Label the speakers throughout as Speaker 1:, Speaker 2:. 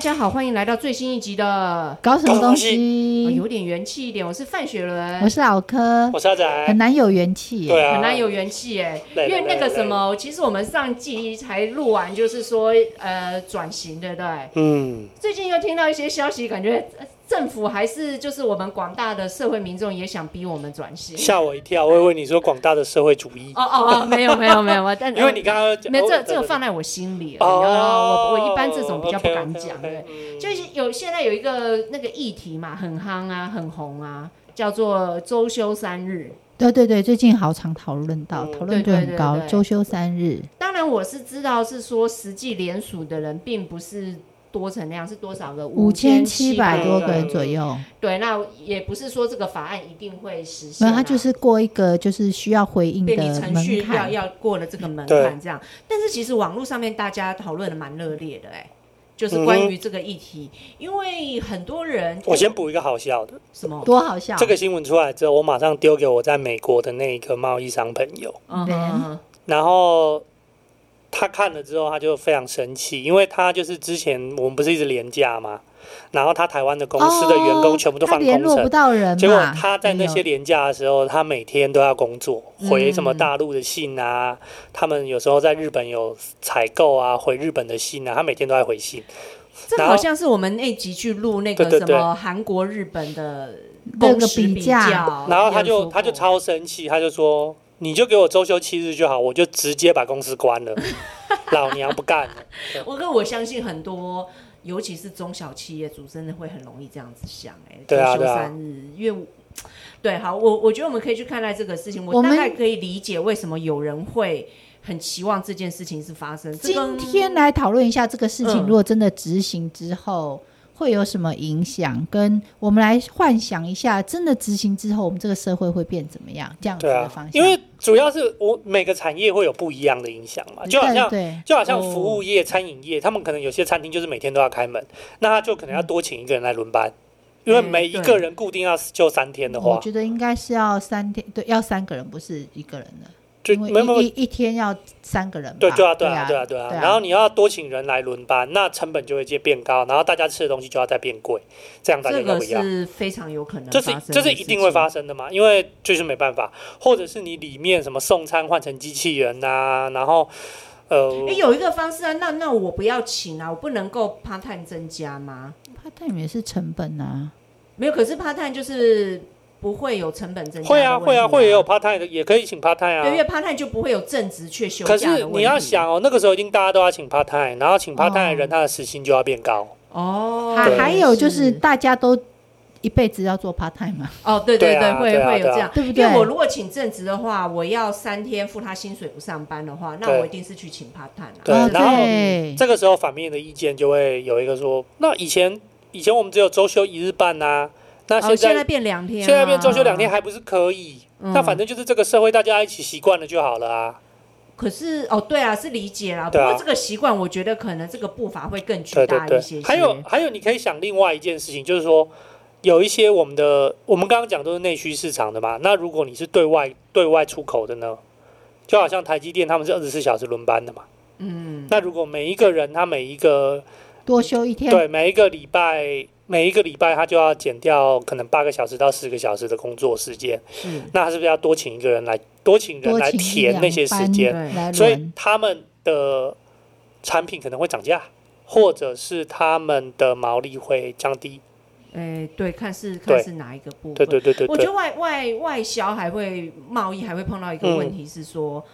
Speaker 1: 家好，欢迎来到最新一集的，
Speaker 2: 搞什么东
Speaker 1: 啊
Speaker 2: 西？
Speaker 1: 有点元气一点。我是范雪
Speaker 2: 嗯我
Speaker 1: 伦，
Speaker 2: 是老柯
Speaker 3: 哦我，是阿
Speaker 2: 很
Speaker 3: 仔，
Speaker 2: 难有元气
Speaker 3: 对
Speaker 2: 耶。
Speaker 3: 啊，
Speaker 1: 很难有元气哎，
Speaker 3: 累
Speaker 1: 因
Speaker 3: 了
Speaker 1: 为那个什
Speaker 3: 累了
Speaker 1: 么，其实我们上季才录完，就是说呃转型，对不对？
Speaker 3: 嗯，
Speaker 1: 最近又听到一些消息，感觉呃政府还是就是我们广大的社会民众也想逼我们转型。
Speaker 3: 吓我一跳，我以为你说广大的社会主义，
Speaker 1: 哦哦哦，没有没有没有，但呃
Speaker 3: 因为你刚刚讲
Speaker 1: 没有
Speaker 3: 哦
Speaker 1: 这这
Speaker 3: 对
Speaker 1: 个
Speaker 3: 对
Speaker 1: 放在我心里了，
Speaker 3: 哦，
Speaker 1: 然后我我一般这种比较不敢讲，对
Speaker 3: OK，OK，OK，。嗯
Speaker 1: 就是有现在有一个那个议题嘛，很夯啊，很红啊，叫做周休三日。
Speaker 2: 对对对，最近好常讨论到，
Speaker 3: 嗯
Speaker 2: 讨论度
Speaker 1: 对对
Speaker 2: 很
Speaker 1: 对
Speaker 2: 高。
Speaker 1: 对
Speaker 2: 周休三日，
Speaker 1: 当然我是知道是说实际联署的人并不是多成那样，是多少个
Speaker 2: 五千七百
Speaker 3: 5700
Speaker 2: 多个人左右。
Speaker 1: 对，那也不是说这个法案一定会实现、
Speaker 2: 没
Speaker 1: 啊，
Speaker 2: 有，他就是过一个就是需要回应
Speaker 1: 便利
Speaker 2: 的
Speaker 1: 程序
Speaker 2: 门
Speaker 1: 要
Speaker 2: 槛。
Speaker 1: 要过了这个门
Speaker 3: 对
Speaker 1: 槛这样。但是其实网络上面大家讨论的蛮热烈的、哎，就是关于这个议题，因为很多人
Speaker 3: 嗯我先补一个好笑的，
Speaker 1: 什么
Speaker 2: 多好笑！啊
Speaker 3: 这个新闻出来之后，我马上丢给我在美国的那个贸易商朋友，
Speaker 1: 嗯
Speaker 2: 对
Speaker 1: 哼
Speaker 3: 然后他看了之后，他就非常生气，因为他就是之前我们不是一直廉价嘛，然后他台湾的公司
Speaker 1: 哦
Speaker 3: 的员工全部都
Speaker 2: 他
Speaker 3: 放
Speaker 2: 联
Speaker 3: 工
Speaker 2: 络
Speaker 3: 程
Speaker 2: 不，到人
Speaker 3: 结果
Speaker 2: 嘛。
Speaker 3: 他在那些
Speaker 2: 没有嗯
Speaker 3: 廉价的时候，他每天都要工作，回什么大陆的信啊，他们有时候在日本有采购啊，回日本的信啊，他每天都在回信。
Speaker 1: 这
Speaker 3: 然
Speaker 1: 好
Speaker 3: 后
Speaker 1: 像是我们那集去录那
Speaker 3: 对
Speaker 1: 个
Speaker 3: 对
Speaker 1: 什
Speaker 3: 对
Speaker 1: 么韩国、日本的
Speaker 2: 那个
Speaker 1: 工时
Speaker 2: 比
Speaker 1: 比
Speaker 2: 价
Speaker 3: 然后他
Speaker 1: 也有
Speaker 3: 就
Speaker 1: 说
Speaker 3: 他就
Speaker 1: 过
Speaker 3: 超生气，他就说：“你就给我周休七日就好，我就直接把公司关 了，老娘不干了。
Speaker 1: 我跟我相信很多，尤其是中小企业主，真的会很容易这样子想、哎，
Speaker 3: 对啊
Speaker 1: 周休
Speaker 3: 对啊
Speaker 1: 三日，因为我对，好，我我觉得我们可以去看待这个事情，
Speaker 2: 我
Speaker 1: 我
Speaker 2: 们
Speaker 1: 大概可以理解为什么有人会很期望这件事情是发生。这
Speaker 2: 今
Speaker 1: 跟
Speaker 2: 天来讨论一下这个事情，
Speaker 1: 嗯
Speaker 2: 如果真的执行之后。会有什么影响？跟我们来幻想一下，真的执行之后，我们这个社会会变怎么样？这样子
Speaker 3: 对
Speaker 2: 的
Speaker 3: 啊
Speaker 2: 方向，，
Speaker 3: 因为主要是我每个产业会有不一样的影响嘛，就好
Speaker 2: 对
Speaker 3: 像
Speaker 2: 对
Speaker 3: 就好
Speaker 1: 哦
Speaker 3: 像服务业、餐饮业，他们可能有些餐厅就是每天都要开门，那他就可能要多请一个人来轮班，因为
Speaker 1: 嗯
Speaker 3: 每一
Speaker 1: 对
Speaker 3: 个人固定要就三天的
Speaker 2: 我
Speaker 3: 话，
Speaker 2: 觉得应该是要三天，对，要三个人，不是一个人的，
Speaker 3: 就
Speaker 2: 因为
Speaker 3: 没有没有
Speaker 2: 一一一天要三个人吧。
Speaker 3: 对，就要对
Speaker 2: 对
Speaker 3: 啊，对啊，对啊。
Speaker 2: 对啊
Speaker 3: 然后你要多请人来轮班，那成本就会变变高，然后大家吃的东西就要再变贵，这样大家
Speaker 1: 这
Speaker 3: 都
Speaker 1: 个
Speaker 3: 不要。
Speaker 1: 是非常有可能
Speaker 3: 这
Speaker 1: 发
Speaker 3: 是
Speaker 1: 生的事情，
Speaker 3: 这是一定会发生的嘛，因为就是没办法，或者是你里面什么送餐换成机器人呐、然后呃，
Speaker 1: 哎、有一个方式啊，那那我不要请啊，我不能够 part time 增加吗？
Speaker 2: 怕他也是成本啊。
Speaker 1: 没有，可是 part time 就是不会有成本增加、
Speaker 3: 会啊会啊会也有。part time 的，也可以请 part time
Speaker 1: 对，因为
Speaker 3: 啊。
Speaker 1: part time 就不会有正职却休假
Speaker 3: 可
Speaker 1: 的问题
Speaker 3: 是你要想哦，那个时候一定大家都要请 part time，然后请 part time 的
Speaker 2: 哦
Speaker 3: 人他的时薪就要变高，
Speaker 1: 哦，
Speaker 2: 还
Speaker 3: 对
Speaker 2: 还有就是，大家都一辈子要做 part time 嘛，
Speaker 1: 哦，对对
Speaker 3: 对啊
Speaker 1: 会
Speaker 3: 对啊
Speaker 1: 会有
Speaker 3: 对啊
Speaker 1: 这样，
Speaker 2: 对不
Speaker 1: 因为我
Speaker 2: 对？
Speaker 1: 如果请正职的话，我要三天付他薪水不上班的话，那
Speaker 3: 对
Speaker 1: 我一定是去请 part time 啊。
Speaker 3: 对
Speaker 2: 啊
Speaker 3: 然后
Speaker 2: 对
Speaker 3: 这个时候反面的意见就会有一个说，那以前以前我们只有周休一日半呐、那
Speaker 1: 哦
Speaker 3: 现在、
Speaker 1: 现在变两天啊，
Speaker 3: 现在变周休两天还不是可以？
Speaker 1: 嗯
Speaker 3: 那反正就是这个社会大家一起习惯了就好了啊。
Speaker 1: 可是哦，对啊，是理解啦。不
Speaker 3: 对啊
Speaker 1: 过这个习惯，我觉得可能这个步伐会更巨
Speaker 3: 对对
Speaker 1: 大一
Speaker 3: 对
Speaker 1: 些些。，
Speaker 3: 还有还有，你可以想另外一件事情，就是说有一些我们的我们刚刚讲都是内需市场的嘛，那如果你是对外对外出口的呢？就好像台积电他们是二十四小时轮班的嘛，
Speaker 1: 嗯，
Speaker 3: 那如果每一个人他每一个
Speaker 2: 多休一天，
Speaker 3: 对每一个礼拜每一个礼拜他就要减掉可能八个小时到十个小时的工作时间，
Speaker 1: 是
Speaker 3: 那他是不是要多请一个人来多请人
Speaker 2: 多
Speaker 3: 来
Speaker 2: 请一
Speaker 3: 填那
Speaker 2: 两
Speaker 3: 些时
Speaker 2: 班
Speaker 3: 间？
Speaker 1: 对
Speaker 2: 来
Speaker 3: 所以
Speaker 2: 轮。
Speaker 3: 他们的产品可能会涨价，或者是他们的毛利会降低。
Speaker 1: 哎，对，看是
Speaker 3: 对
Speaker 1: 看是哪一个部分。
Speaker 3: 对对对对
Speaker 1: 我觉
Speaker 3: 对，
Speaker 1: 得外外外销还会贸易还会碰到一个问题是说，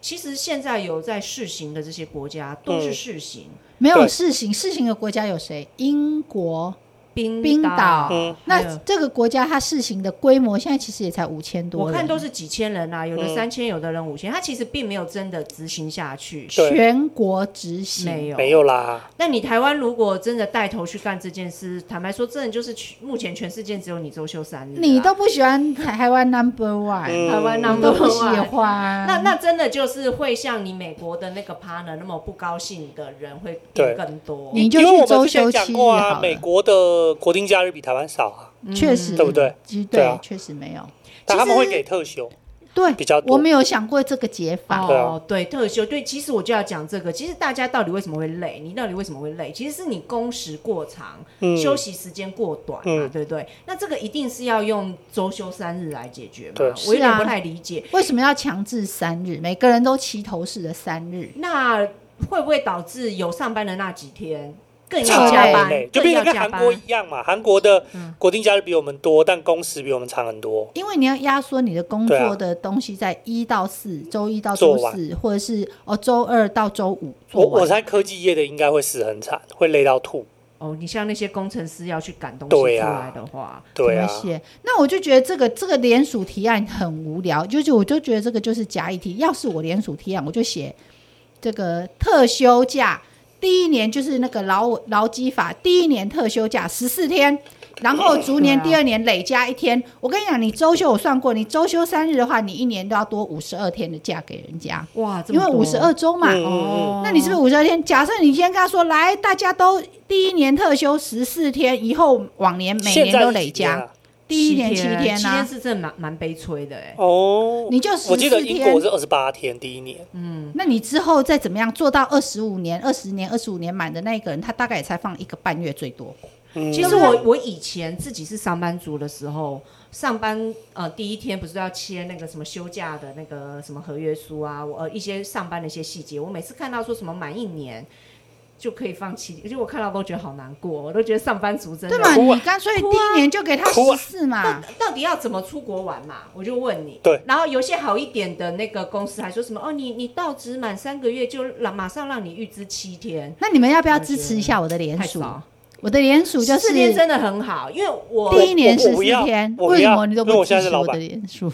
Speaker 1: 其实现在有在试行的这些国家都是
Speaker 3: 嗯
Speaker 1: 试行，
Speaker 2: 没有
Speaker 3: 对
Speaker 2: 试行，试行的国家有谁？英国。
Speaker 1: 冰
Speaker 2: 冰岛
Speaker 1: 岛，
Speaker 3: 嗯
Speaker 1: 哦还
Speaker 2: 那
Speaker 1: 有
Speaker 2: 这个国家它试行的规模现在其实也才五千多
Speaker 1: 我
Speaker 2: 人，
Speaker 1: 看都是几千人啊，有的
Speaker 3: 嗯
Speaker 1: 三千，有的人五千，他其实并没有真的执行下去，
Speaker 3: 对
Speaker 2: 全国执行。
Speaker 1: 没有
Speaker 3: 没。有啦，
Speaker 1: 那你台湾如果真的带头去干这件事，坦白说，真的就是去目前全世界只有你周休三日啊，
Speaker 2: 你都不喜欢台台湾 number one，、
Speaker 3: 嗯
Speaker 1: 台湾
Speaker 2: 你
Speaker 1: number
Speaker 2: 都不喜
Speaker 1: one
Speaker 2: 欢。
Speaker 1: 那那真的就是会像你美国的那个 partner 那么不高兴的人会
Speaker 3: 对
Speaker 1: 变更多，
Speaker 2: 你就
Speaker 3: 因为
Speaker 2: 去
Speaker 3: 我们
Speaker 2: 周
Speaker 3: 之前
Speaker 2: 休
Speaker 3: 讲
Speaker 2: 七日
Speaker 3: 过
Speaker 2: 好
Speaker 3: 啊，
Speaker 2: 了
Speaker 3: 美，国的国定假日比台湾少啊，
Speaker 2: 确实
Speaker 3: 对不对？
Speaker 2: 其实
Speaker 3: 对啊
Speaker 2: 对，确实没有。
Speaker 3: 但
Speaker 1: 其
Speaker 3: 他们会
Speaker 1: 实
Speaker 3: 给特休，
Speaker 2: 对，
Speaker 3: 比较
Speaker 2: 我
Speaker 3: 多。
Speaker 2: 没有想过这个解法。
Speaker 3: 对啊
Speaker 1: 哦，对，特休对，其实我就要讲这个。其实大家到底为什么会累？你到底为什么会累？其实是你工时过长，
Speaker 3: 嗯，
Speaker 1: 休息时间过短嘛，
Speaker 3: 嗯
Speaker 1: 对不对？那这个一定是要用周休三日来解决嘛
Speaker 3: 对？
Speaker 1: 我有
Speaker 2: 是
Speaker 1: 点
Speaker 2: 啊
Speaker 1: 不太理解。
Speaker 2: 为什么要强制三日？每个人都齐头式的三日，
Speaker 1: 那会不会导致有上班的那几天更
Speaker 3: 超
Speaker 1: 要加
Speaker 3: 累
Speaker 1: 班
Speaker 3: 累，，
Speaker 1: 更
Speaker 3: 就变
Speaker 1: 要
Speaker 3: 得跟
Speaker 1: 加
Speaker 3: 韩
Speaker 1: 班？
Speaker 3: 国一样嘛。韩国的
Speaker 2: 嗯
Speaker 3: 国定假日比我们多，但工时比我们长很多。
Speaker 2: 因为你要压缩你的工
Speaker 3: 对啊
Speaker 2: 作的东西在一到四，周一到
Speaker 3: 做
Speaker 2: 周
Speaker 3: 完
Speaker 2: 四，或者是哦周二到周五
Speaker 3: 我
Speaker 2: 做
Speaker 3: 我
Speaker 2: 完。
Speaker 3: 猜科技业的应该会死很惨，会累到吐。
Speaker 1: 哦，你像那些工程师要去赶东
Speaker 3: 对
Speaker 1: 西出
Speaker 3: 啊
Speaker 1: 来的话，
Speaker 3: 对啊
Speaker 2: 怎，么写？那我就觉得这个这个联署提案很无聊，就是我就觉得这个就是假议题。要是我联署提案，我就写这个特休假，第一年就是那个劳劳基法，第一年特休假十四天，然后逐年
Speaker 1: 对啊
Speaker 2: 第二年累加一天。我跟你讲，你周休我算过，你周休三日的话，你一年都要多五十二天的假给人家，
Speaker 1: 哇，这
Speaker 2: 因
Speaker 1: 么
Speaker 2: 为
Speaker 1: 多
Speaker 2: 五十二周嘛。
Speaker 3: 嗯
Speaker 1: 哦，
Speaker 2: 那你是不是五十二天？假设你今天跟他说，来，大家都第一年特休十四天，以后往年每
Speaker 3: 现
Speaker 2: 年
Speaker 3: 在
Speaker 2: 都
Speaker 3: 是
Speaker 2: 累
Speaker 3: 几天
Speaker 2: 加。
Speaker 3: 啊
Speaker 2: 第一年
Speaker 1: 年
Speaker 2: 七天啊
Speaker 1: 七
Speaker 2: 呐、
Speaker 1: 天是真的蛮蛮悲催的哎。
Speaker 3: 哦，
Speaker 2: 你就十
Speaker 3: 我记得
Speaker 2: 四
Speaker 3: 英国
Speaker 2: 天。嗯
Speaker 3: 是二十八天第一年，
Speaker 2: 那你之后再怎么样做到二十五年、二十年、二十五年满的那一个人，他大概也才放一个半月最多。
Speaker 3: 嗯
Speaker 1: 其实我我以前自己是上班族的时候，上班呃第一天不是都要签那个什么休假的那个什么合约书啊，我呃一些上班的一些细节，我每次看到说什么满一年就可以放弃，而且我看到都觉得好难过，我都觉得上班族真的
Speaker 2: 对嘛？
Speaker 3: 哭啊
Speaker 2: 你干脆第一年就给他
Speaker 3: 哭啊
Speaker 2: 十四嘛。
Speaker 1: 到底要怎么出国玩嘛？我就问你。
Speaker 3: 对。
Speaker 1: 然后有些好一点的那个公司还说什么哦，你你到职满三个月就让马上让你预支七天，
Speaker 2: 那你们要不要支持一下我的联
Speaker 1: 太
Speaker 2: 署？
Speaker 1: 少。
Speaker 2: 我的联署就
Speaker 1: 四
Speaker 2: 是
Speaker 1: 天真的很好，因为我
Speaker 2: 第一年
Speaker 3: 我
Speaker 2: 十
Speaker 3: 我
Speaker 2: 四
Speaker 3: 不要
Speaker 2: 天，
Speaker 3: 我不
Speaker 2: 为什
Speaker 3: 要
Speaker 2: 么你都
Speaker 3: 因为
Speaker 2: 不
Speaker 3: 我现
Speaker 2: 支
Speaker 3: 在是
Speaker 2: 持
Speaker 3: 老
Speaker 2: 我
Speaker 3: 板
Speaker 2: 的联署？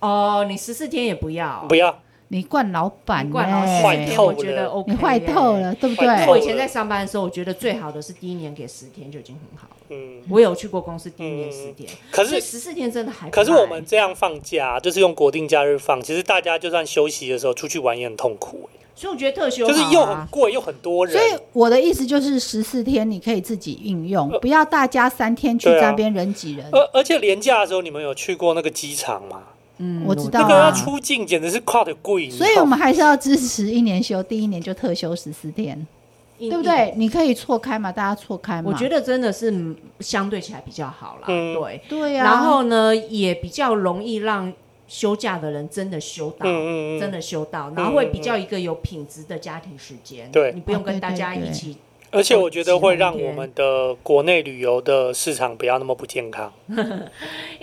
Speaker 1: 哦，你十四天也不要，
Speaker 3: 不要
Speaker 2: 你惯老板
Speaker 1: 你
Speaker 2: 呢、
Speaker 1: 管老师
Speaker 3: 嗯坏透
Speaker 1: 我觉
Speaker 3: 了
Speaker 1: 得 OK，
Speaker 2: 你坏透。了，对不
Speaker 3: 坏
Speaker 1: 因为
Speaker 3: 透
Speaker 1: 我
Speaker 3: 了
Speaker 2: 对？
Speaker 1: 以前在上班的时候，我觉得最好的是第一年给十天就已经很好了。
Speaker 3: 嗯，
Speaker 1: 我有去过公司第一年
Speaker 3: 嗯
Speaker 1: 十天，
Speaker 3: 可
Speaker 1: 所以
Speaker 3: 是
Speaker 1: 十四天真的还不赖
Speaker 3: 可是我们这样放假，就是用国定假日放，其实大家就算休息的时候出去玩也很痛苦、欸
Speaker 1: 所以我觉得特休
Speaker 3: 就是
Speaker 1: 好
Speaker 3: 又很
Speaker 1: 啊
Speaker 3: 贵又很多人
Speaker 2: 所。以我的意思就是十四天你可以自己运用，
Speaker 3: 呃
Speaker 2: 不要大家三天去
Speaker 3: 对啊
Speaker 2: 那边人挤人。
Speaker 3: 而而且廉价的时候，你们有去过那个机场吗？
Speaker 1: 嗯
Speaker 2: 我知道
Speaker 3: 那
Speaker 2: 啊
Speaker 3: 个要出境简直是跨的贵，你知道
Speaker 2: 所
Speaker 3: 吗
Speaker 2: 以我们还是要支持一年休，第一年就特休十四天，对不？对？你可以错开嘛，大家错开嘛。
Speaker 1: 我觉
Speaker 2: 得
Speaker 1: 得真的是嗯相对起来比较好啦，
Speaker 3: 嗯
Speaker 1: 对。
Speaker 2: 对呀、啊。
Speaker 1: 然后呢，也比较容易让休假的人真的休到，
Speaker 3: 嗯嗯
Speaker 1: 真
Speaker 3: 嗯，
Speaker 1: 的休到，然后会比较一个有品质的家庭时间。
Speaker 3: 对
Speaker 1: 你不用
Speaker 2: 哦
Speaker 1: 跟
Speaker 2: 对
Speaker 1: 大家
Speaker 2: 对对
Speaker 1: 一起。
Speaker 3: 而且我觉得会让我们的国内旅游的市场不要那么不健康。
Speaker 1: 应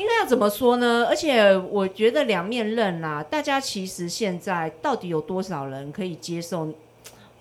Speaker 1: 该要怎么说呢？而且我觉得两面刃啦，大家其实现在到底有多少人可以接受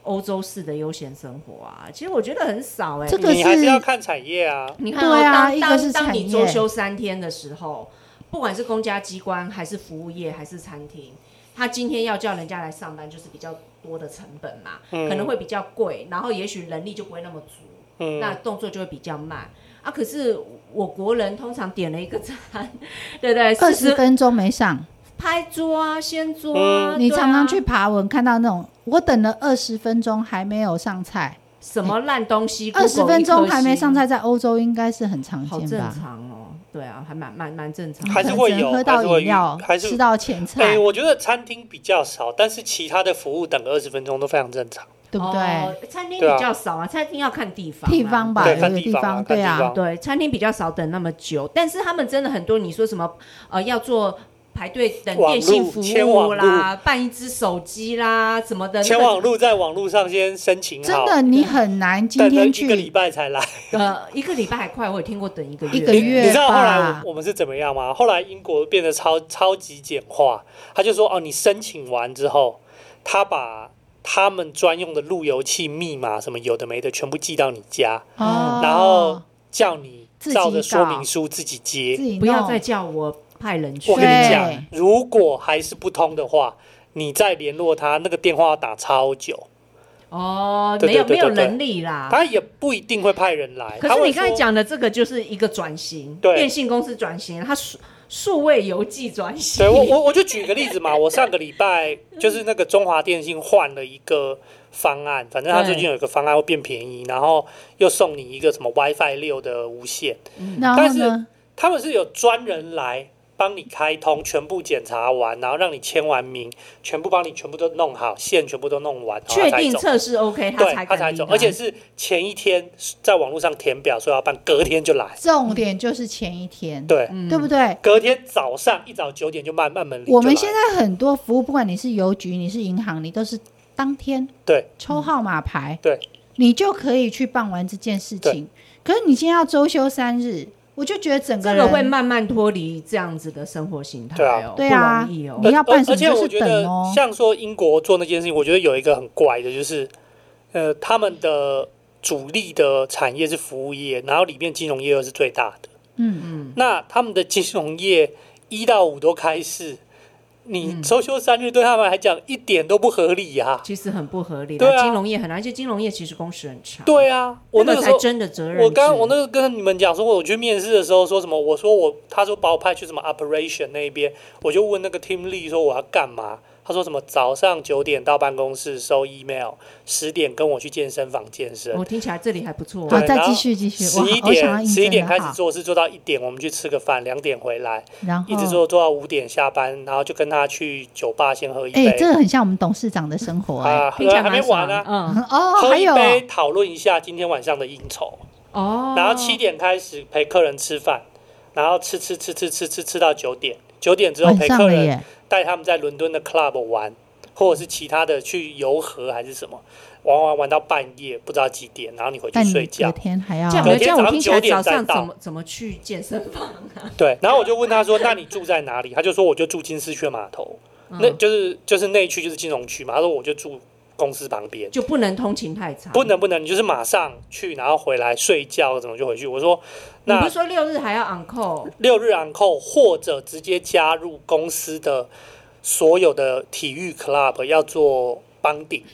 Speaker 1: 欧洲式的悠闲生活啊？其实我觉得很少哎、
Speaker 2: 这个
Speaker 3: 你还
Speaker 2: 是
Speaker 3: 是要看产业啊，
Speaker 1: 你看、哦，
Speaker 2: 对啊
Speaker 1: 当
Speaker 2: 一个
Speaker 1: 当
Speaker 2: 是
Speaker 1: 当
Speaker 2: 产
Speaker 1: 你
Speaker 2: 业
Speaker 1: 周休三天的时候，不管是公家机关还是服务业还是餐厅，他今天要叫人家来上班，就是比较多的成本嘛，
Speaker 3: 嗯
Speaker 1: 可能会比较贵，然后也许人力就不会那么足，
Speaker 3: 嗯
Speaker 1: 那动作就会比较慢啊。可是我国人通常点了一个餐， 对不对？
Speaker 2: 二
Speaker 1: 四
Speaker 2: 十
Speaker 1: 十
Speaker 2: 分钟没上，
Speaker 1: 拍桌啊，掀桌啊，
Speaker 3: 嗯
Speaker 2: 你
Speaker 1: 对啊
Speaker 2: 常常去爬文看到那种，我等了二十分钟还没有上菜，
Speaker 1: 什么烂东西？
Speaker 2: 二十分钟还没上
Speaker 1: 菜，
Speaker 2: 菜，在欧洲应该是很常
Speaker 1: 好
Speaker 2: 见
Speaker 1: 正
Speaker 2: 吧？
Speaker 1: 常哦。对啊，还蛮蛮蛮正常的。
Speaker 3: 还是会有
Speaker 2: 可能喝到饮料
Speaker 3: 还，是会有还是
Speaker 2: 吃到前
Speaker 3: 哎、
Speaker 2: 菜，
Speaker 3: 我觉得餐厅比较少，但是其他的服务等个二十分钟都非常正常。
Speaker 2: 对不
Speaker 1: 哦
Speaker 2: 对？？
Speaker 1: 餐厅
Speaker 3: 对啊
Speaker 1: 比较少啊，餐厅要看地方啊，
Speaker 2: 地方吧，
Speaker 3: 对
Speaker 2: 有
Speaker 3: 看
Speaker 2: 的
Speaker 3: 地
Speaker 2: 地
Speaker 3: 方啊
Speaker 2: 方，
Speaker 3: 看
Speaker 2: 对
Speaker 3: 地
Speaker 2: 啊
Speaker 3: 方，
Speaker 1: 对，餐厅比较少等那么久，但是他们真的很多。你说什么？呃，要做排队等
Speaker 3: 网
Speaker 1: 电信
Speaker 3: 路
Speaker 1: 服
Speaker 3: 签
Speaker 1: 务
Speaker 3: 网
Speaker 1: 啦，办一只手机啦，什么的。
Speaker 3: 前
Speaker 1: 那个
Speaker 3: 网路在网路上先申请
Speaker 2: 啊真
Speaker 3: 好，
Speaker 2: 的你很难今
Speaker 3: 等了
Speaker 2: 天
Speaker 3: 一个礼
Speaker 2: 去，
Speaker 3: 拜才来。
Speaker 1: 呃，一个礼拜还快，我也听过等一个月。
Speaker 2: 一个
Speaker 3: 你
Speaker 2: 月
Speaker 3: 你知道后来
Speaker 2: 吧
Speaker 3: 我我们是怎么样吗？后来英国变得超超级简化，他就说哦，你申请完之后，他把他们专用的路由器密码什么有的没的全部寄到你家，
Speaker 2: 哦
Speaker 3: 然后叫你
Speaker 2: 自己
Speaker 3: 照着说
Speaker 2: 搞
Speaker 3: 明书自己接
Speaker 2: 自。己
Speaker 1: 不要
Speaker 2: 弄
Speaker 1: 再叫我派人去
Speaker 3: 我跟你
Speaker 2: 对
Speaker 3: 讲，如果还是不通的话，你再联络他，那个电话要打超久，
Speaker 1: 哦，
Speaker 3: 对
Speaker 1: 没有
Speaker 3: 对
Speaker 1: 没
Speaker 3: 对
Speaker 1: 有
Speaker 3: 对对
Speaker 1: 能力
Speaker 2: 啊
Speaker 1: 啦。
Speaker 3: 他也不一定会派人来。
Speaker 1: 可
Speaker 3: 他
Speaker 1: 是
Speaker 3: 会
Speaker 1: 你刚才
Speaker 3: 说
Speaker 1: 讲的这个就是一个转型，
Speaker 3: 对
Speaker 1: 电信公司转型，它数数位邮寄转型。
Speaker 3: 对我我我就举个例子嘛，我上个礼拜就是那个中华电信换了一个方案，反正它最近有一个方案会变便宜，然后又送你一个什么 WiFi 六的无线，
Speaker 2: 然
Speaker 3: 但
Speaker 2: 后
Speaker 3: 是
Speaker 2: 呢？
Speaker 3: 他们是有专人来帮你开通，全部检查完，然后让你签完名，全部帮你全部都弄好，线全部都弄完，然后
Speaker 1: 确
Speaker 3: 他才
Speaker 1: 定
Speaker 3: 走。
Speaker 1: 测试 OK，
Speaker 3: 对，
Speaker 1: 才
Speaker 3: 他
Speaker 1: 敢
Speaker 3: 才
Speaker 1: 离
Speaker 3: 走，
Speaker 1: 开
Speaker 3: 而且是前一天在网络上填表说要办，隔天就来。
Speaker 2: 重点就是前一天，
Speaker 3: 对，
Speaker 1: 嗯
Speaker 2: 对不对？
Speaker 3: 隔天早上一早九点就慢慢门铃就来。
Speaker 2: 我们现在很多服务，不管你是邮局，你是银行，你都是当天
Speaker 3: 对
Speaker 2: 抽号码牌，
Speaker 3: 嗯对，
Speaker 2: 你就可以去办完这件事情。可是你今天要周休三日，我就觉得整个
Speaker 1: 这
Speaker 2: 人
Speaker 1: 个会慢慢脱离这样子的生活形态
Speaker 3: 对啊
Speaker 1: 哦，
Speaker 2: 对啊
Speaker 1: 不容易哦
Speaker 2: 你。要办
Speaker 3: 而
Speaker 2: 什么
Speaker 3: 而且
Speaker 2: 就是
Speaker 3: 我觉得
Speaker 2: 等哦
Speaker 3: 像说英国做那件事情，我觉得有一个很怪的，就是呃，他们的主力的产业是服务业，然后里面金融业又是最大的。
Speaker 2: 嗯，
Speaker 3: 那他们的金融业一到五都开市，
Speaker 2: 嗯
Speaker 3: 你周休三日对他们来讲一点都不合理呀、啊。
Speaker 1: 其实很不合理
Speaker 3: 对
Speaker 1: 的，
Speaker 3: 啊
Speaker 1: 金融业很难，而且金融业其实工时很长。
Speaker 3: 对啊，我
Speaker 1: 那个
Speaker 3: 那个时
Speaker 1: 才
Speaker 3: 候。
Speaker 1: 真的责任制。
Speaker 3: 我刚我那个跟你们讲说，我去面试的时候说什么？我说我他说把我派去什么 operation 那边，我就问那个 team lead 说我要干嘛？他说什么早上九点到办公室收 email，十点跟我去健身房健身，
Speaker 2: 哦
Speaker 1: 我哦听起来这里还不错
Speaker 2: 好，
Speaker 1: 啊，
Speaker 3: 对
Speaker 2: 再
Speaker 3: 然后
Speaker 2: 继续继续，
Speaker 3: 十
Speaker 2: 我
Speaker 3: 一
Speaker 2: 好我想要啊
Speaker 3: 点
Speaker 2: 印
Speaker 3: 十一
Speaker 2: 证
Speaker 3: 点
Speaker 2: 的
Speaker 3: 开始
Speaker 2: 好，
Speaker 3: 做事做到一点，我们去吃个饭，两点回来，
Speaker 2: 然后
Speaker 3: 一直做做到五点下班，然后就跟他去酒吧先喝一
Speaker 2: 哎、
Speaker 3: 杯，
Speaker 2: 这个很像我们董事长的生活哎、
Speaker 3: 啊，
Speaker 1: 听起来
Speaker 3: 还没
Speaker 1: 蛮
Speaker 3: 完
Speaker 1: 爽
Speaker 3: 呢、啊。
Speaker 1: 嗯，
Speaker 2: 哦，
Speaker 3: 喝
Speaker 2: 还
Speaker 3: 一
Speaker 2: 有
Speaker 3: 杯，讨论一下今天晚上的应酬，
Speaker 1: 哦，
Speaker 3: 然后七点开始陪客人吃饭，然后吃吃吃吃吃吃吃到九点，九点之后
Speaker 2: 晚
Speaker 3: 陪
Speaker 2: 上
Speaker 3: 客
Speaker 2: 了
Speaker 3: 人
Speaker 2: 耶，
Speaker 3: 带他们在伦敦的 club 玩，或者是其他的去游河还是什么，玩玩玩到半夜不知道几点，然后你回去
Speaker 2: 但你
Speaker 3: 睡
Speaker 2: 隔
Speaker 3: 觉。
Speaker 2: 天还要
Speaker 1: 这样没有
Speaker 3: 隔
Speaker 1: 这
Speaker 3: 天
Speaker 1: 样，我听起来早
Speaker 3: 早上9点
Speaker 1: 上
Speaker 3: 再到
Speaker 1: 怎么怎么去健身房？
Speaker 3: 对，然后我就问他说：“那你住在哪里？”他就说：“我就住金丝雀码头，那
Speaker 1: 嗯，
Speaker 3: 就是就是内区，就是金融区嘛。”他说：“我就住公司旁边。”
Speaker 1: 就不能通勤太长，
Speaker 3: 不。能不能，你就是马上去，然后回来睡觉，怎么就回去？我说，
Speaker 1: 你不
Speaker 3: 那
Speaker 1: 是说六日还要 on call？
Speaker 3: 六日昂扣或者直接加入公司的所有的体育 club 要做帮顶，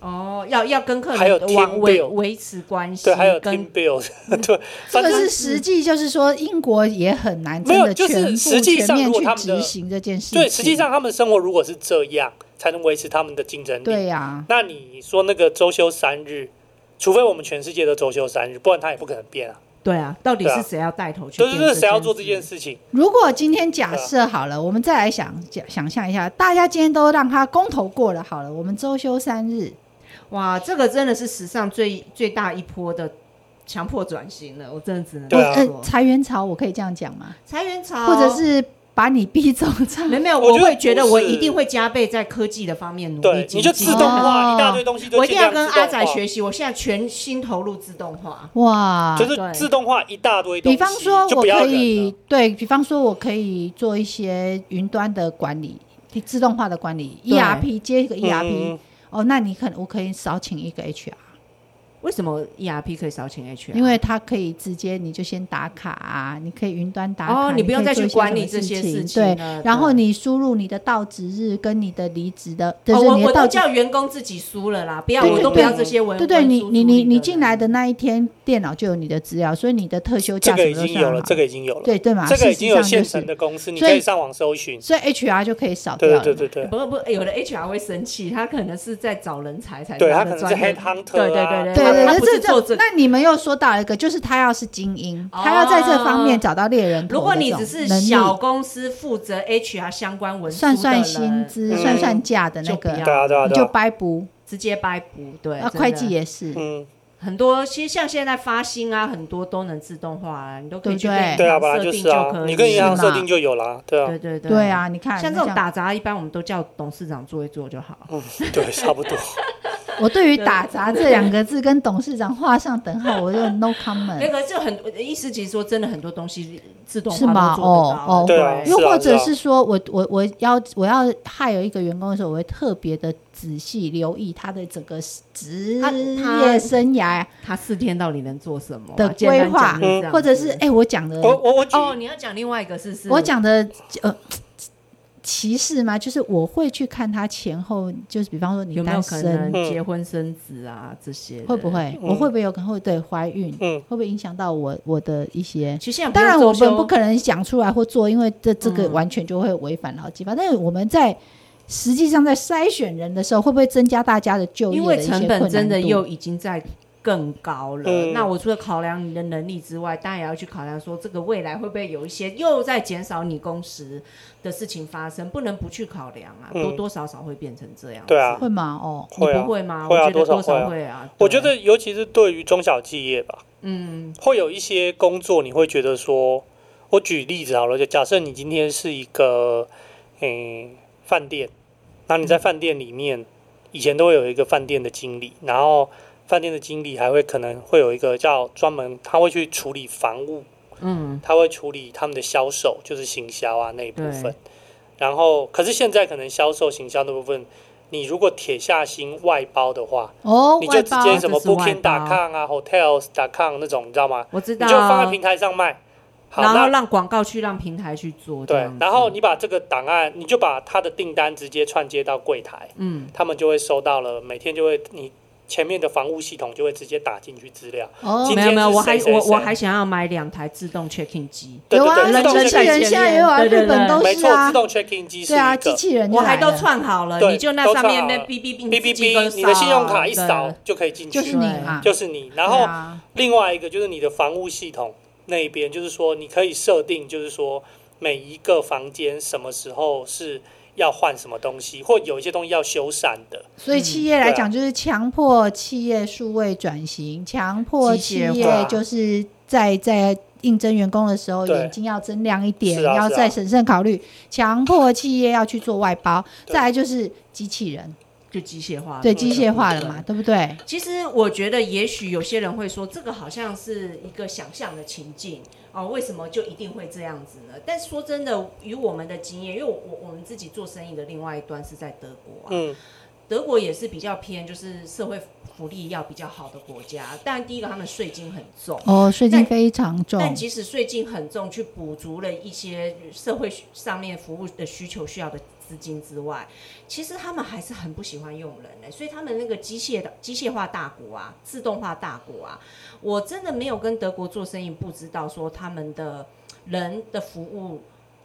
Speaker 1: 哦，要要跟客人
Speaker 3: 还有
Speaker 1: 往
Speaker 3: team
Speaker 1: 维
Speaker 3: build
Speaker 1: 维持关系，
Speaker 3: 对，还有
Speaker 1: 跟
Speaker 3: team build，对，
Speaker 2: 这
Speaker 3: 反
Speaker 2: 个
Speaker 3: 正
Speaker 2: 是实际，就是说英国也很难
Speaker 3: 没
Speaker 2: 真
Speaker 3: 有
Speaker 2: 的
Speaker 3: 就是
Speaker 2: 全部
Speaker 3: 实际
Speaker 2: 全
Speaker 3: 上
Speaker 2: 面
Speaker 3: 如果
Speaker 2: 去
Speaker 3: 他们
Speaker 2: 执
Speaker 3: 的
Speaker 2: 行这件事情。
Speaker 3: 对，实际上他们生活如果是这样，才能维持他们的竞争力。
Speaker 2: 对呀、
Speaker 3: 那你说那个周休三日，除非我们全世界都周休三日，不然他也不可能变啊。
Speaker 1: 对啊，到底
Speaker 3: 对啊
Speaker 1: 是谁要带头去？
Speaker 3: 就是那谁要做这件？事情？
Speaker 2: 如果今天假设好了，我们再来想假想象一下，大家今天都让他公投过了，好了，我们周休三日，
Speaker 1: 哇，这个真的是史上最最大一波的强迫转型了，我真的只能
Speaker 3: 对啊
Speaker 1: 这
Speaker 2: 呃
Speaker 1: 么说，
Speaker 2: 裁员潮，我可以这样讲吗？
Speaker 1: 裁员潮，
Speaker 2: 或者是把你逼走这 样
Speaker 1: 没有没有，
Speaker 3: 我
Speaker 1: 我
Speaker 3: 觉得
Speaker 1: 会觉得
Speaker 3: 不
Speaker 1: 我
Speaker 3: 是
Speaker 1: 一定会加倍在科技的方面努力
Speaker 3: 对，
Speaker 1: 精进。
Speaker 3: 你就自动
Speaker 2: 哦
Speaker 3: 化一大堆东西，
Speaker 1: 我一定要跟阿仔
Speaker 3: 学。
Speaker 1: 学习，我现在全心投入自动化。
Speaker 2: 哇，
Speaker 3: 就是
Speaker 1: 对
Speaker 3: 自动化一大堆东
Speaker 2: 比
Speaker 3: 西，
Speaker 2: 方说，
Speaker 3: 就
Speaker 2: 我
Speaker 3: 不要
Speaker 2: 可
Speaker 3: 人
Speaker 2: 以
Speaker 3: 了
Speaker 2: 对比方说，我可以做一些云端的管理，自动化的管理
Speaker 1: 对
Speaker 2: ，ERP 接一个 ERP，、
Speaker 3: 嗯
Speaker 2: 哦，那你可能我可以少请一个 HR，
Speaker 1: 为什么
Speaker 2: E
Speaker 1: ERP 可以少请 HR？
Speaker 2: 因为它可以直接你就先打卡啊，你可以云端打卡，
Speaker 1: 哦，
Speaker 2: 你
Speaker 1: 不用
Speaker 2: 可
Speaker 1: 再
Speaker 2: 以做
Speaker 1: 去
Speaker 2: 一些
Speaker 1: 管理
Speaker 2: 什
Speaker 1: 这
Speaker 2: 么
Speaker 1: 些
Speaker 2: 事
Speaker 1: 事
Speaker 2: 情，对。
Speaker 1: 了
Speaker 2: 然后你输入你的到职日跟你的离职的，
Speaker 1: 对
Speaker 2: 就
Speaker 1: 哦，
Speaker 2: 是
Speaker 1: 我
Speaker 2: 你
Speaker 1: 我
Speaker 2: 的
Speaker 1: 都
Speaker 2: 到职，
Speaker 1: 叫员工自己输了啦，不要
Speaker 3: 对
Speaker 1: 我都不
Speaker 3: 对
Speaker 1: 要这些文。
Speaker 2: 对对，
Speaker 1: 文
Speaker 2: 你
Speaker 1: 书
Speaker 2: 你
Speaker 1: 处
Speaker 2: 你
Speaker 1: 理
Speaker 2: 你
Speaker 1: 了
Speaker 2: 进来的那一天，电脑就有你的资料，所以你的特休
Speaker 3: 这
Speaker 2: 假
Speaker 3: 个
Speaker 2: 什
Speaker 3: 已
Speaker 2: 么
Speaker 3: 经有了，这
Speaker 2: 个
Speaker 3: 个已经有了，
Speaker 2: 对对嘛，
Speaker 3: 这个已经有
Speaker 2: 事实上
Speaker 3: 现
Speaker 2: 就是
Speaker 3: 成的公司，你
Speaker 2: 所以
Speaker 3: 可以上网搜寻。
Speaker 2: 所以 HR 就可以少掉
Speaker 3: 对
Speaker 2: 了。
Speaker 3: 对对对
Speaker 1: 不过不过，有的 HR 会生气，他可能是在找人才才
Speaker 3: 对，
Speaker 1: 拿
Speaker 3: 他
Speaker 1: 的
Speaker 3: 可能是
Speaker 1: 专业
Speaker 3: head hunter
Speaker 1: 对对
Speaker 3: 啊
Speaker 1: 对
Speaker 2: 对
Speaker 1: 他
Speaker 2: 对
Speaker 1: 不
Speaker 2: 对，
Speaker 1: 是做
Speaker 2: 这
Speaker 1: 这哦
Speaker 2: 那你们又说到了一个，就是他要是精英，他要在这方面找到猎人头
Speaker 1: 如果
Speaker 2: 的
Speaker 1: 你
Speaker 2: 这
Speaker 1: 只是
Speaker 2: 种能力
Speaker 1: 小公司负责 HR 相关文书的
Speaker 2: 算
Speaker 1: 人，
Speaker 2: 算薪资、
Speaker 3: 嗯
Speaker 2: 算算价的那
Speaker 1: 就不
Speaker 2: 个，
Speaker 1: 要
Speaker 3: 对啊对啊
Speaker 2: 你
Speaker 3: 对
Speaker 2: 就
Speaker 3: 啊，
Speaker 2: 掰补。
Speaker 1: 直接掰补，对，
Speaker 2: 那
Speaker 1: 真的
Speaker 2: 啊会计也是，
Speaker 3: 嗯，
Speaker 1: 很多，其实像现在发薪啊，很多都能自动化啊，你都可以去
Speaker 2: 对不对
Speaker 1: 跟
Speaker 3: 对啊，
Speaker 1: 银
Speaker 3: 本
Speaker 1: 行设
Speaker 3: 来就
Speaker 1: 定
Speaker 3: 是啊
Speaker 1: 可，以，
Speaker 3: 你跟银行
Speaker 2: 是嘛
Speaker 3: 设定就有啦，对啊，
Speaker 1: 对对对
Speaker 2: 对，啊，你看
Speaker 1: 像这种，打杂，一般我们都叫董事长做一做就好。
Speaker 3: 嗯，对，差不多。
Speaker 2: 那 像我对于打杂这两个字跟董事长画上等号，我就 no
Speaker 1: 那
Speaker 2: comment。
Speaker 1: 个就很意思，其实说真的，很多东西自动
Speaker 2: 是吗
Speaker 1: 化都做得到
Speaker 2: 哦哦
Speaker 3: 对啊
Speaker 2: 又
Speaker 3: 是啊
Speaker 2: 或者
Speaker 3: 是
Speaker 2: 是说我我我要我要害有一个员工的时候，我会特别的仔细留意他的整个职
Speaker 1: 他他
Speaker 2: 业生涯，
Speaker 1: 他四天到底能做什么啊
Speaker 2: 的
Speaker 1: 简单
Speaker 2: 规划
Speaker 1: 讲就是这样
Speaker 2: 或者
Speaker 1: 子
Speaker 2: 是哎，我讲的
Speaker 3: 我我我举
Speaker 1: 哦，你要讲另外一个是是，
Speaker 2: 我讲的呃歧视吗？就是我会去看他前后，就是比方说你
Speaker 1: 有没有
Speaker 2: 单
Speaker 1: 可
Speaker 2: 身
Speaker 1: 能
Speaker 3: 嗯
Speaker 1: 结婚生子啊这些的
Speaker 2: 会不？会，
Speaker 3: 嗯
Speaker 2: 我会不会有可能会对怀孕，
Speaker 3: 嗯
Speaker 2: 会不会影响到我我的一些？
Speaker 1: 其实现在不
Speaker 2: 当然，
Speaker 1: 用
Speaker 2: 我
Speaker 1: 周
Speaker 2: 们
Speaker 1: 休
Speaker 2: 不可能讲出来或做，因为这这个
Speaker 1: 嗯
Speaker 2: 完全就会违反劳基法。但是我们在实际上在筛选人的时候，会不会增加大家的就业
Speaker 1: 因
Speaker 2: 的
Speaker 1: 为
Speaker 2: 一些
Speaker 1: 成
Speaker 2: 困
Speaker 1: 本
Speaker 2: 难
Speaker 1: 真的
Speaker 2: 度
Speaker 1: 又已经在更高了。
Speaker 3: 嗯
Speaker 1: 那我除了考量你的能力之外，当然也要去考量说这个未来会不会有一些又在减少你工时的事情发生，不能不去考量啊，
Speaker 3: 嗯
Speaker 1: 多多少少会变成这样。
Speaker 3: 对啊，
Speaker 2: 会吗？哦，
Speaker 1: 你
Speaker 3: 会啊
Speaker 1: 不，会吗？
Speaker 3: 会啊
Speaker 1: 我觉得
Speaker 3: 多
Speaker 1: 多
Speaker 3: 少会啊
Speaker 1: 少会啊。
Speaker 3: 我觉
Speaker 1: 对
Speaker 3: 得尤其是对于中小企业吧，
Speaker 1: 嗯
Speaker 3: 会有一些工作你会觉得说，我举例子好了，就假设你今天是一个诶饭、店，那你在饭店里面，以前都会有一个饭店的经理，然后饭店的经理还会可能会有一个叫专门，他会去处理房务
Speaker 1: 嗯
Speaker 3: 他会处理他们的销售，就是行销啊那一部分
Speaker 1: 对。
Speaker 3: 然后，可是现在可能销售、行销那部分，你如果铁下心外包的话，
Speaker 2: 哦，
Speaker 3: 你
Speaker 2: 外
Speaker 3: 就直
Speaker 2: 包
Speaker 3: 接什么
Speaker 1: 这是外包
Speaker 3: Booking.com 啊、Hotels.com 那种，你知道吗？
Speaker 1: 我知
Speaker 3: 你
Speaker 1: 道。
Speaker 3: 就放在平台上卖。好，
Speaker 1: 然后
Speaker 3: 那
Speaker 1: 让广告去让平台去做这
Speaker 3: 对
Speaker 1: 样，子。
Speaker 3: 然后你把这个档案，你就把他的订单直接串接到柜台，
Speaker 1: 嗯
Speaker 3: 他们就会收到了，每天就会你前面的防务系统就会直接打进去资料。
Speaker 2: 哦
Speaker 3: 今，
Speaker 1: 没
Speaker 3: 天
Speaker 1: 有没有，
Speaker 3: 是
Speaker 1: 我
Speaker 3: 谁
Speaker 1: 还
Speaker 3: 谁
Speaker 1: 我我
Speaker 3: 谁
Speaker 1: 还想要买两台自动 check in 机，
Speaker 3: 对
Speaker 2: 有啊，
Speaker 3: 对对，自动
Speaker 1: 人
Speaker 2: 机器
Speaker 3: check-in
Speaker 1: 机
Speaker 2: 人现在也有啊，
Speaker 1: 对对
Speaker 2: 日本
Speaker 1: 对
Speaker 2: 都
Speaker 3: 没
Speaker 2: 是
Speaker 3: 错，
Speaker 2: 啊
Speaker 3: 自，动 check in 机是
Speaker 2: 对啊，
Speaker 3: 一
Speaker 2: 机
Speaker 3: 个。
Speaker 2: 器人就
Speaker 1: 我还
Speaker 2: 来
Speaker 1: 都
Speaker 2: 了
Speaker 1: 串好了，
Speaker 3: 对
Speaker 1: 你就那
Speaker 3: 都
Speaker 1: 上
Speaker 3: 串
Speaker 1: 面
Speaker 3: 好
Speaker 1: 那
Speaker 3: 了
Speaker 1: 哔哔哔，
Speaker 3: B
Speaker 1: 你
Speaker 3: B
Speaker 1: 自己跟
Speaker 3: B，你的信用卡一
Speaker 1: 扫
Speaker 3: 扫
Speaker 1: 对
Speaker 3: 就可以进去，
Speaker 2: 就是你啊，
Speaker 3: 就是你。
Speaker 2: 对
Speaker 3: 然后
Speaker 2: 啊
Speaker 3: 另外一个就是你的房屋系统那一边，就是说你可以设定，就是说每一个房间什么时候是要换什么东西，或有一些东西要修缮的。
Speaker 2: 所以企业
Speaker 3: 对
Speaker 2: 来
Speaker 3: 啊
Speaker 2: 讲，就是强迫企业数位转型，强迫企
Speaker 1: 机械
Speaker 2: 业
Speaker 3: 化
Speaker 2: 就是在在应征员工的时候，
Speaker 3: 对
Speaker 2: 眼睛要睁亮一点，
Speaker 3: 是啊
Speaker 2: 要
Speaker 3: 是啊
Speaker 2: 再审慎考虑。强迫企业要去做外包，
Speaker 3: 对
Speaker 2: 再来就是机器人，
Speaker 1: 就机械化了，
Speaker 2: 对机械化了
Speaker 1: 啊
Speaker 2: 嘛，对不对？
Speaker 1: 其实我觉得，也许有些人会说，这个好像是一个想象的情境哦，为什么就一定会这样子呢？但说真的，以我们的经验，因为我我我们自己做生意的另外一端是在德国啊，
Speaker 3: 嗯，
Speaker 1: 德国也是比较偏就是社会福利要比较好的国家，但第一个他们税金很重。
Speaker 2: 哦，税金
Speaker 1: 但
Speaker 2: 非常重，
Speaker 1: 但即使税金很重，去补足了一些社会需上面服务的需求需要的资金之外，其实他们还是很不喜欢用人呢、所以他们那个机械的机械化大国啊，自动化大国啊，我真的没有跟德国做生意，不知道说他们的人的服务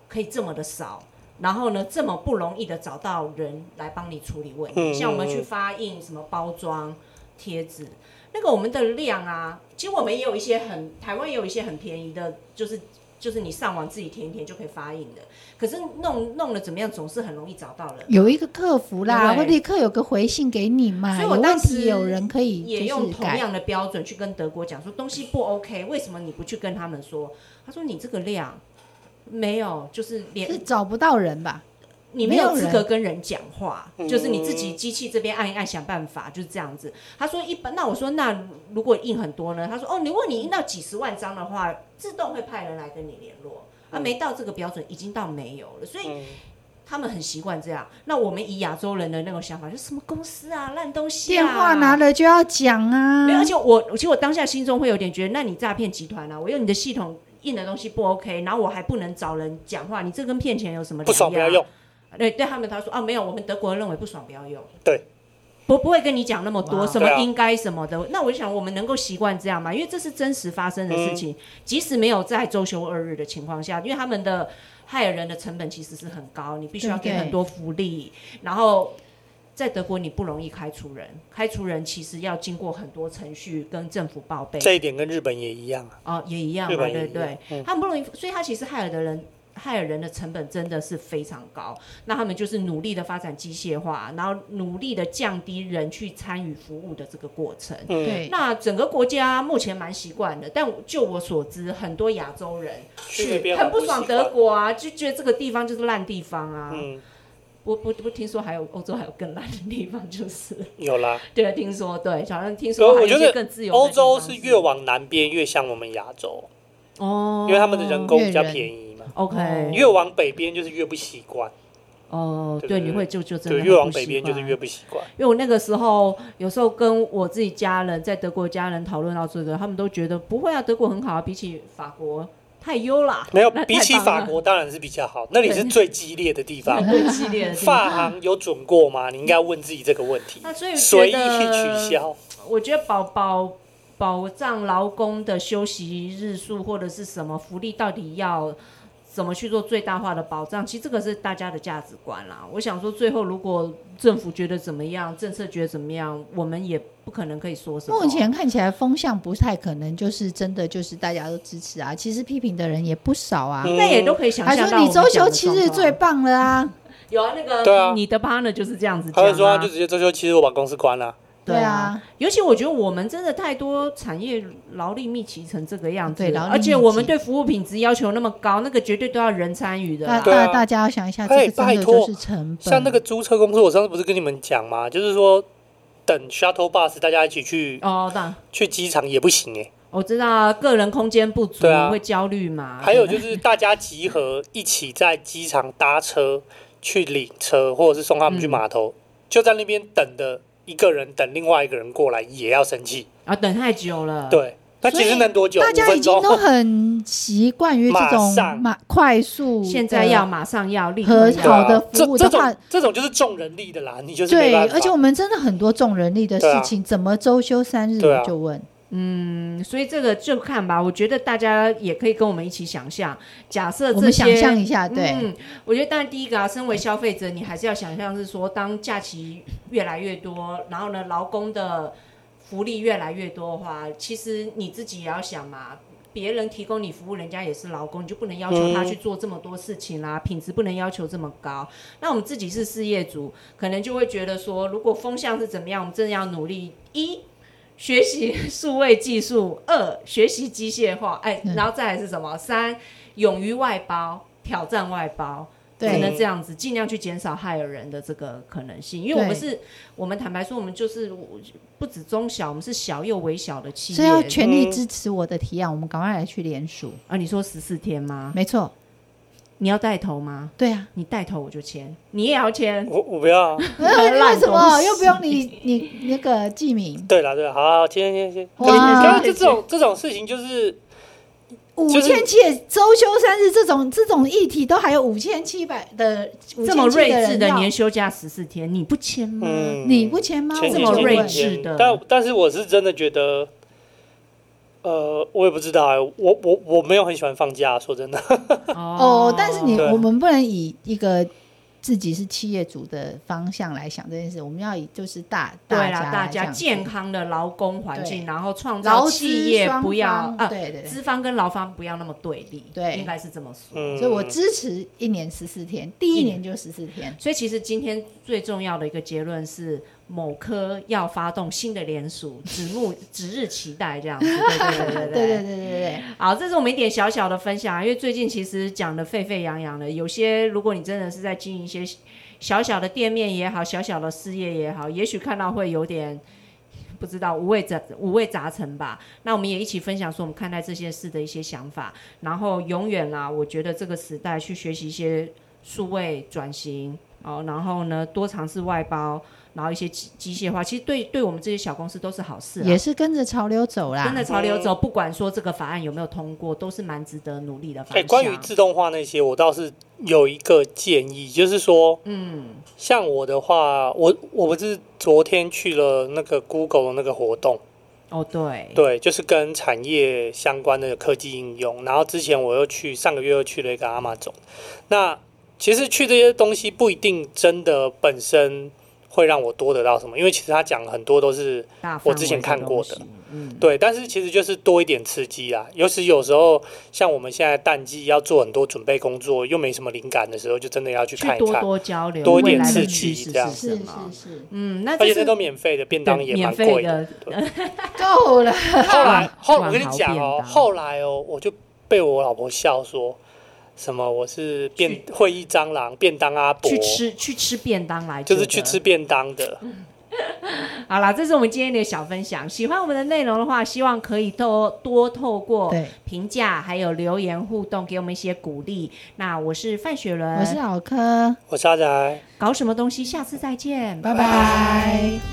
Speaker 1: 可以这么的少。然后呢，这么不容易的找到人来帮你处理问题，
Speaker 3: 嗯
Speaker 1: 像我们去发印、什么包装、贴纸，那个我们的量啊，其实我们也有一些很台湾也有一些很便宜的，就是就是你上网自己填一填就可以发印的。可是弄弄了怎么样，总是很容易找到人。
Speaker 2: 有一个客服啦，
Speaker 1: 对
Speaker 2: 会立刻有个回信给你嘛，
Speaker 1: 所以
Speaker 2: 有
Speaker 1: 我
Speaker 2: 问
Speaker 1: 当时
Speaker 2: 题有人可
Speaker 1: 也
Speaker 2: 以就
Speaker 1: 用
Speaker 2: 是
Speaker 1: 同
Speaker 2: 改。
Speaker 1: 样的标准去跟德国讲说东西不 OK，为什么你不去跟他们说？他说你这个量没有，就是连
Speaker 2: 是找不到人吧？
Speaker 1: 你
Speaker 2: 没
Speaker 1: 没
Speaker 2: 有
Speaker 1: 有资
Speaker 2: 人
Speaker 1: 格跟人讲话，
Speaker 3: 嗯
Speaker 1: 就是你自己机器这边按一按，想办法，就是这样子。他说一般，那我说那如果印很多呢？他说哦，如果你印到几十万张的话，自动会派人来跟你联络。啊，没到这个标准，已经到没有了，所以
Speaker 3: 嗯
Speaker 1: 他们很习惯这样。那我们以亚洲人的那种想法，就什么公司啊，烂东西、啊，
Speaker 2: 电话拿了就要讲啊，
Speaker 1: 没有，而且我其实我当下心中会有点觉得，那你诈骗集团啊，我用你的系统印的东西不 OK，然后我还不能找人讲话，你这跟骗钱有什么两样？啊
Speaker 3: 不爽不要用。
Speaker 1: 对，对他们他说啊，没有，我们德国人认为不爽不要用。
Speaker 3: 对。
Speaker 1: 不不会跟你讲那么多
Speaker 2: 哇
Speaker 1: 什么
Speaker 3: 对啊
Speaker 1: 应该什么的，那我就想我们能够习惯这样吗？因为这是真实发生的事
Speaker 3: 嗯
Speaker 1: 情，即使没有在周休二日的情况下，因为他们的害人的成本其实是很高，你必须要
Speaker 2: 对
Speaker 1: 给
Speaker 2: 对
Speaker 1: 很多福利，然后在德国你不容易开除人，开除人其实要经过很多程序跟政府报备，
Speaker 3: 这一点跟日本也一样啊。
Speaker 1: 哦，也一样
Speaker 3: 日
Speaker 1: 嘛，
Speaker 3: 本
Speaker 1: 对
Speaker 3: 也一
Speaker 1: 不对，
Speaker 3: 嗯
Speaker 1: 他们不容易，所以他其实害了的人。害了人的成本真的是非常高，那他们就是努力的发展机械化，然后努力的降低人去参与服务的这个过程。
Speaker 3: 嗯，
Speaker 2: 对，
Speaker 1: 那整个国家目前蛮习惯的，但就我所知，很多亚洲人
Speaker 3: 去那
Speaker 1: 去
Speaker 3: 边
Speaker 1: 很不
Speaker 3: 习
Speaker 1: 爽
Speaker 3: 惯
Speaker 1: 德。国啊，就觉得这个地方就是烂地方啊。
Speaker 3: 嗯，
Speaker 1: 我不不听说还有欧洲还有更烂的地方，就是
Speaker 3: 有啦。
Speaker 1: 对，听说对，好像听
Speaker 3: 对
Speaker 1: 说还有
Speaker 3: 我觉
Speaker 1: 一
Speaker 3: 得
Speaker 1: 些更自由的
Speaker 3: 欧
Speaker 1: 地方。
Speaker 3: 洲是越往南边越像我们亚洲，
Speaker 1: 哦，
Speaker 3: 因为他们的人工比较
Speaker 2: 越人
Speaker 3: 便宜嘛。
Speaker 1: OK，
Speaker 3: 越往北边就是越不习惯，
Speaker 1: 哦，
Speaker 3: 对
Speaker 1: 对
Speaker 3: 对对
Speaker 1: 你会就就真的
Speaker 3: 对，
Speaker 1: 很
Speaker 3: 越往
Speaker 1: 不
Speaker 3: 北
Speaker 1: 习
Speaker 3: 边就是
Speaker 1: 惯
Speaker 3: 越不习惯。
Speaker 1: 因为我那个时候有时候跟我自己家人在德国家人讨论到这个，他们都觉得不会啊，德国很好啊，比起法国太优啦，
Speaker 3: 没有，
Speaker 1: 那
Speaker 3: 比
Speaker 1: 太
Speaker 3: 起
Speaker 1: 棒
Speaker 3: 法
Speaker 1: 了
Speaker 3: 国当然是比较好，那里是最激烈的地 方。
Speaker 1: 最激烈的地
Speaker 3: 发
Speaker 1: 方。
Speaker 3: 行有准过吗？你应该问自己这个问题。
Speaker 1: 那所以
Speaker 3: 随
Speaker 1: 觉
Speaker 3: 意取
Speaker 1: 得，
Speaker 3: 消，
Speaker 1: 我觉得保保保障劳工的休息日数或者是什么福利，到底要怎么去做最大化的保障？其实这个是大家的价值观啦。我想说，最后如果政府觉得怎么样，政策觉得怎么样，我们也不可能可以说什么。
Speaker 2: 目前看起来风向不太可能，就是真的就是大家都支持啊。其实批评的人也不少啊，
Speaker 3: 嗯
Speaker 1: 那也都可以想
Speaker 2: 还
Speaker 1: 象到
Speaker 2: 说
Speaker 1: 我
Speaker 2: 你
Speaker 1: 们讲
Speaker 2: 周
Speaker 1: 的
Speaker 2: 休
Speaker 1: 状况。
Speaker 2: 七日最棒了啊。
Speaker 1: 有啊，那
Speaker 3: 对啊
Speaker 1: 个你的 partner 就是这样子
Speaker 3: 他
Speaker 1: 讲
Speaker 3: 就说
Speaker 1: 啊
Speaker 3: 他就直接周休七日我把公司关了，
Speaker 2: 对啊，
Speaker 1: 尤其我觉得我们真的太多产业劳力密集成这个样子，
Speaker 2: 对劳力密集
Speaker 1: 而且我们对服务品质要求那么高，那个绝对都要人参与的
Speaker 2: 大
Speaker 1: 啦。
Speaker 3: 对啊
Speaker 2: 大大家要想一下，
Speaker 3: 哎
Speaker 2: 这个真的
Speaker 3: 拜托
Speaker 2: 就是成本。
Speaker 3: 像那个租车公司，我上次不是跟你们讲吗？就是说等 shuttle bus 大家一起去
Speaker 1: 哦，当然
Speaker 3: 去机场也不行哎、
Speaker 1: 我知道啊个人空间不足、
Speaker 3: 对啊
Speaker 1: 会焦虑嘛。
Speaker 3: 还有就是大家集合一起在机场搭车去领车，或者是送他们去码头，就在那边等的一个人等另外一个人过来也要生气。
Speaker 1: 啊，等太久了。
Speaker 3: 对，那
Speaker 2: 所以
Speaker 3: 其实能多久？
Speaker 2: 大
Speaker 3: 五
Speaker 2: 家已
Speaker 3: 分
Speaker 2: 经
Speaker 3: 钟。
Speaker 2: 都很习惯于这种
Speaker 3: 马上
Speaker 2: 马快速的，
Speaker 1: 现在要马上要立刻
Speaker 2: 和
Speaker 1: 要
Speaker 3: 对啊
Speaker 2: 好的服务
Speaker 3: 这这
Speaker 2: 的话
Speaker 3: 种这种就是重人力的啦，你就是没
Speaker 2: 对，
Speaker 3: 办法。啊
Speaker 2: 而且我们真的很多重人力的事情，怎么周休三日？
Speaker 3: 对啊
Speaker 2: 我就问，
Speaker 1: 嗯，所以这个就看吧。我觉得大家也可以跟我们一起想象，假设
Speaker 2: 我
Speaker 1: 这
Speaker 2: 们
Speaker 1: 些
Speaker 2: 想象一下，对，
Speaker 1: 嗯，我觉得当然第一个啊，身为消费者，你还是要想象是说，当假期越来越多，然后呢，劳工的福利越来越多的话，其实你自己也要想嘛。别人提供你服务，人家也是劳工，你就不能要求他
Speaker 3: 嗯
Speaker 1: 去做这么多事情啦、
Speaker 2: 嗯
Speaker 1: 品质不能要求这么高。那我们自己是事业主，可能就会觉得说，如果风向是怎么样，我们真的要努力一学习数位技术，二学习机械化，哎，
Speaker 2: 嗯
Speaker 1: 然后再来是什么？三勇于外包，挑战外包。只
Speaker 2: 对
Speaker 1: 嗯能这样子，尽量去减少害人的这个可能性，因为我们
Speaker 2: 对
Speaker 1: 是，我们坦白说，我们就是不止中小，我们是小又微小的企业。
Speaker 2: 所以要全力
Speaker 3: 嗯
Speaker 2: 支持我的提案，我们赶快来去联署。
Speaker 1: 啊，你说十四天吗？
Speaker 2: 没错，
Speaker 1: 你要带头吗？
Speaker 2: 对啊，
Speaker 1: 你带头我就签，你也要签。
Speaker 3: 我我不要啊。
Speaker 2: 哎为
Speaker 1: 烂
Speaker 2: 什
Speaker 1: 东
Speaker 2: 么
Speaker 1: 西
Speaker 2: 又不用你你你那个记名？
Speaker 3: 对啦对啦，好好，今天今天
Speaker 2: 哇
Speaker 3: 刚刚就这种这种事情就是
Speaker 2: 五
Speaker 3: 就是
Speaker 2: 千七周休三日这种这种议题，都还有五千七百的
Speaker 1: 这么睿智的，
Speaker 2: 年
Speaker 1: 年，休假十四天，你不签吗？
Speaker 3: 嗯，
Speaker 2: 你不签吗？
Speaker 3: 前
Speaker 1: 这
Speaker 3: 几
Speaker 1: 么
Speaker 3: 天
Speaker 1: 睿
Speaker 3: 有
Speaker 1: 智
Speaker 3: 签
Speaker 1: 的
Speaker 3: 但但是我是真的觉得，呃，我也不知道哎、我我我没有很喜欢放假，说真的，
Speaker 2: 哦，但是你
Speaker 3: 对
Speaker 2: 我们不能以一个自己是企业主的方向来想这件事，我们要以就是大
Speaker 1: 对
Speaker 2: 家
Speaker 1: 啦，大
Speaker 2: 大
Speaker 1: 家健康的劳工环境，然后创造
Speaker 2: 劳资
Speaker 1: 企业
Speaker 2: 双
Speaker 1: 不要
Speaker 2: 方
Speaker 1: 啊，
Speaker 2: 对对对，
Speaker 1: 资方跟劳方不要那么对立，
Speaker 2: 对
Speaker 1: 应该是这么说。
Speaker 3: 嗯，
Speaker 2: 所以我支持一年十四天，第一年
Speaker 1: 嗯
Speaker 2: 就十四天。
Speaker 1: 所以其实今天最重要的一个结论是，某科要发动新的联署，指目指日期待这样 子。对对对
Speaker 2: 对
Speaker 1: 对
Speaker 2: 对对对对对，
Speaker 1: 好，这是我们一点小小的分享啊，因为最近其实讲的沸沸扬扬的，有些如果你真的是在经营一些小小的店面也好，小小的事业也好，也许看到会有点。不知道五味杂五味杂陈吧？那我们也一起分享说我们看待这些事的一些想法，然后永远啦，我觉得这个时代去学习一些数位转型哦，然后呢多尝试外包，然后一些机机械化，其实对对我们这些小公司都是好事、啊，
Speaker 2: 也是跟着潮流走
Speaker 1: 跟
Speaker 2: 啦。
Speaker 1: 着潮流
Speaker 3: 嗯
Speaker 1: 走，不管说这个法案有没有通过，都是蛮值得努力的方
Speaker 3: 哎、
Speaker 1: 向。
Speaker 3: 关于自动化那些，我倒是有一个建议，就是说，嗯，像我的话，我我不是昨天去了那个 Google 的那个活动，
Speaker 1: 哦，对，
Speaker 3: 对，就是跟产业相关的科技应用。然后之前我又去上个月又去了一个 Amazon，那其实去这些东西不一定真的本身会让我多得到什么，因为其实他讲很多都是
Speaker 1: 大
Speaker 3: 我之前看过的
Speaker 1: 范围东西，嗯，
Speaker 3: 对，但是其实就是多一点刺激啊。尤其有时候像我们现在淡季要做很多准备工作，又没什么灵感的时候，就真的要去看
Speaker 1: 去
Speaker 3: 一
Speaker 1: 多
Speaker 3: 看。
Speaker 1: 多交流，
Speaker 3: 多一
Speaker 1: 未
Speaker 3: 点
Speaker 1: 来的
Speaker 3: 刺
Speaker 1: 趋
Speaker 3: 激
Speaker 1: 势
Speaker 3: 这样
Speaker 1: 是
Speaker 2: 是
Speaker 1: 什
Speaker 2: 是
Speaker 1: 么？
Speaker 2: 是，
Speaker 1: 嗯，那
Speaker 3: 而且
Speaker 1: 这
Speaker 3: 这
Speaker 1: 是
Speaker 3: 都免费的，便当
Speaker 1: 对
Speaker 3: 也
Speaker 1: 免
Speaker 3: 蛮
Speaker 1: 费
Speaker 3: 贵
Speaker 1: 的
Speaker 3: 对
Speaker 2: 够了。
Speaker 3: 后 来，后来
Speaker 1: 万
Speaker 3: 我跟你
Speaker 1: 豪便，
Speaker 3: 讲哦
Speaker 1: 当
Speaker 3: 后来哦，我就被我老婆笑说，什么我是便会议蟑螂、便当阿伯
Speaker 1: 去，吃去吃便当来
Speaker 3: 就
Speaker 1: 做的，
Speaker 3: 是去吃便当的。
Speaker 1: 好啦，这是我们今天的小分享。喜欢我们的内容的话，希望可以多多透过
Speaker 2: 对，
Speaker 1: 评价还有留言互动，给我们一些鼓励。那我是范雪伦，
Speaker 2: 我是老柯，
Speaker 3: 我是阿宅。
Speaker 1: 搞什么东西？下次再见，
Speaker 2: 拜拜。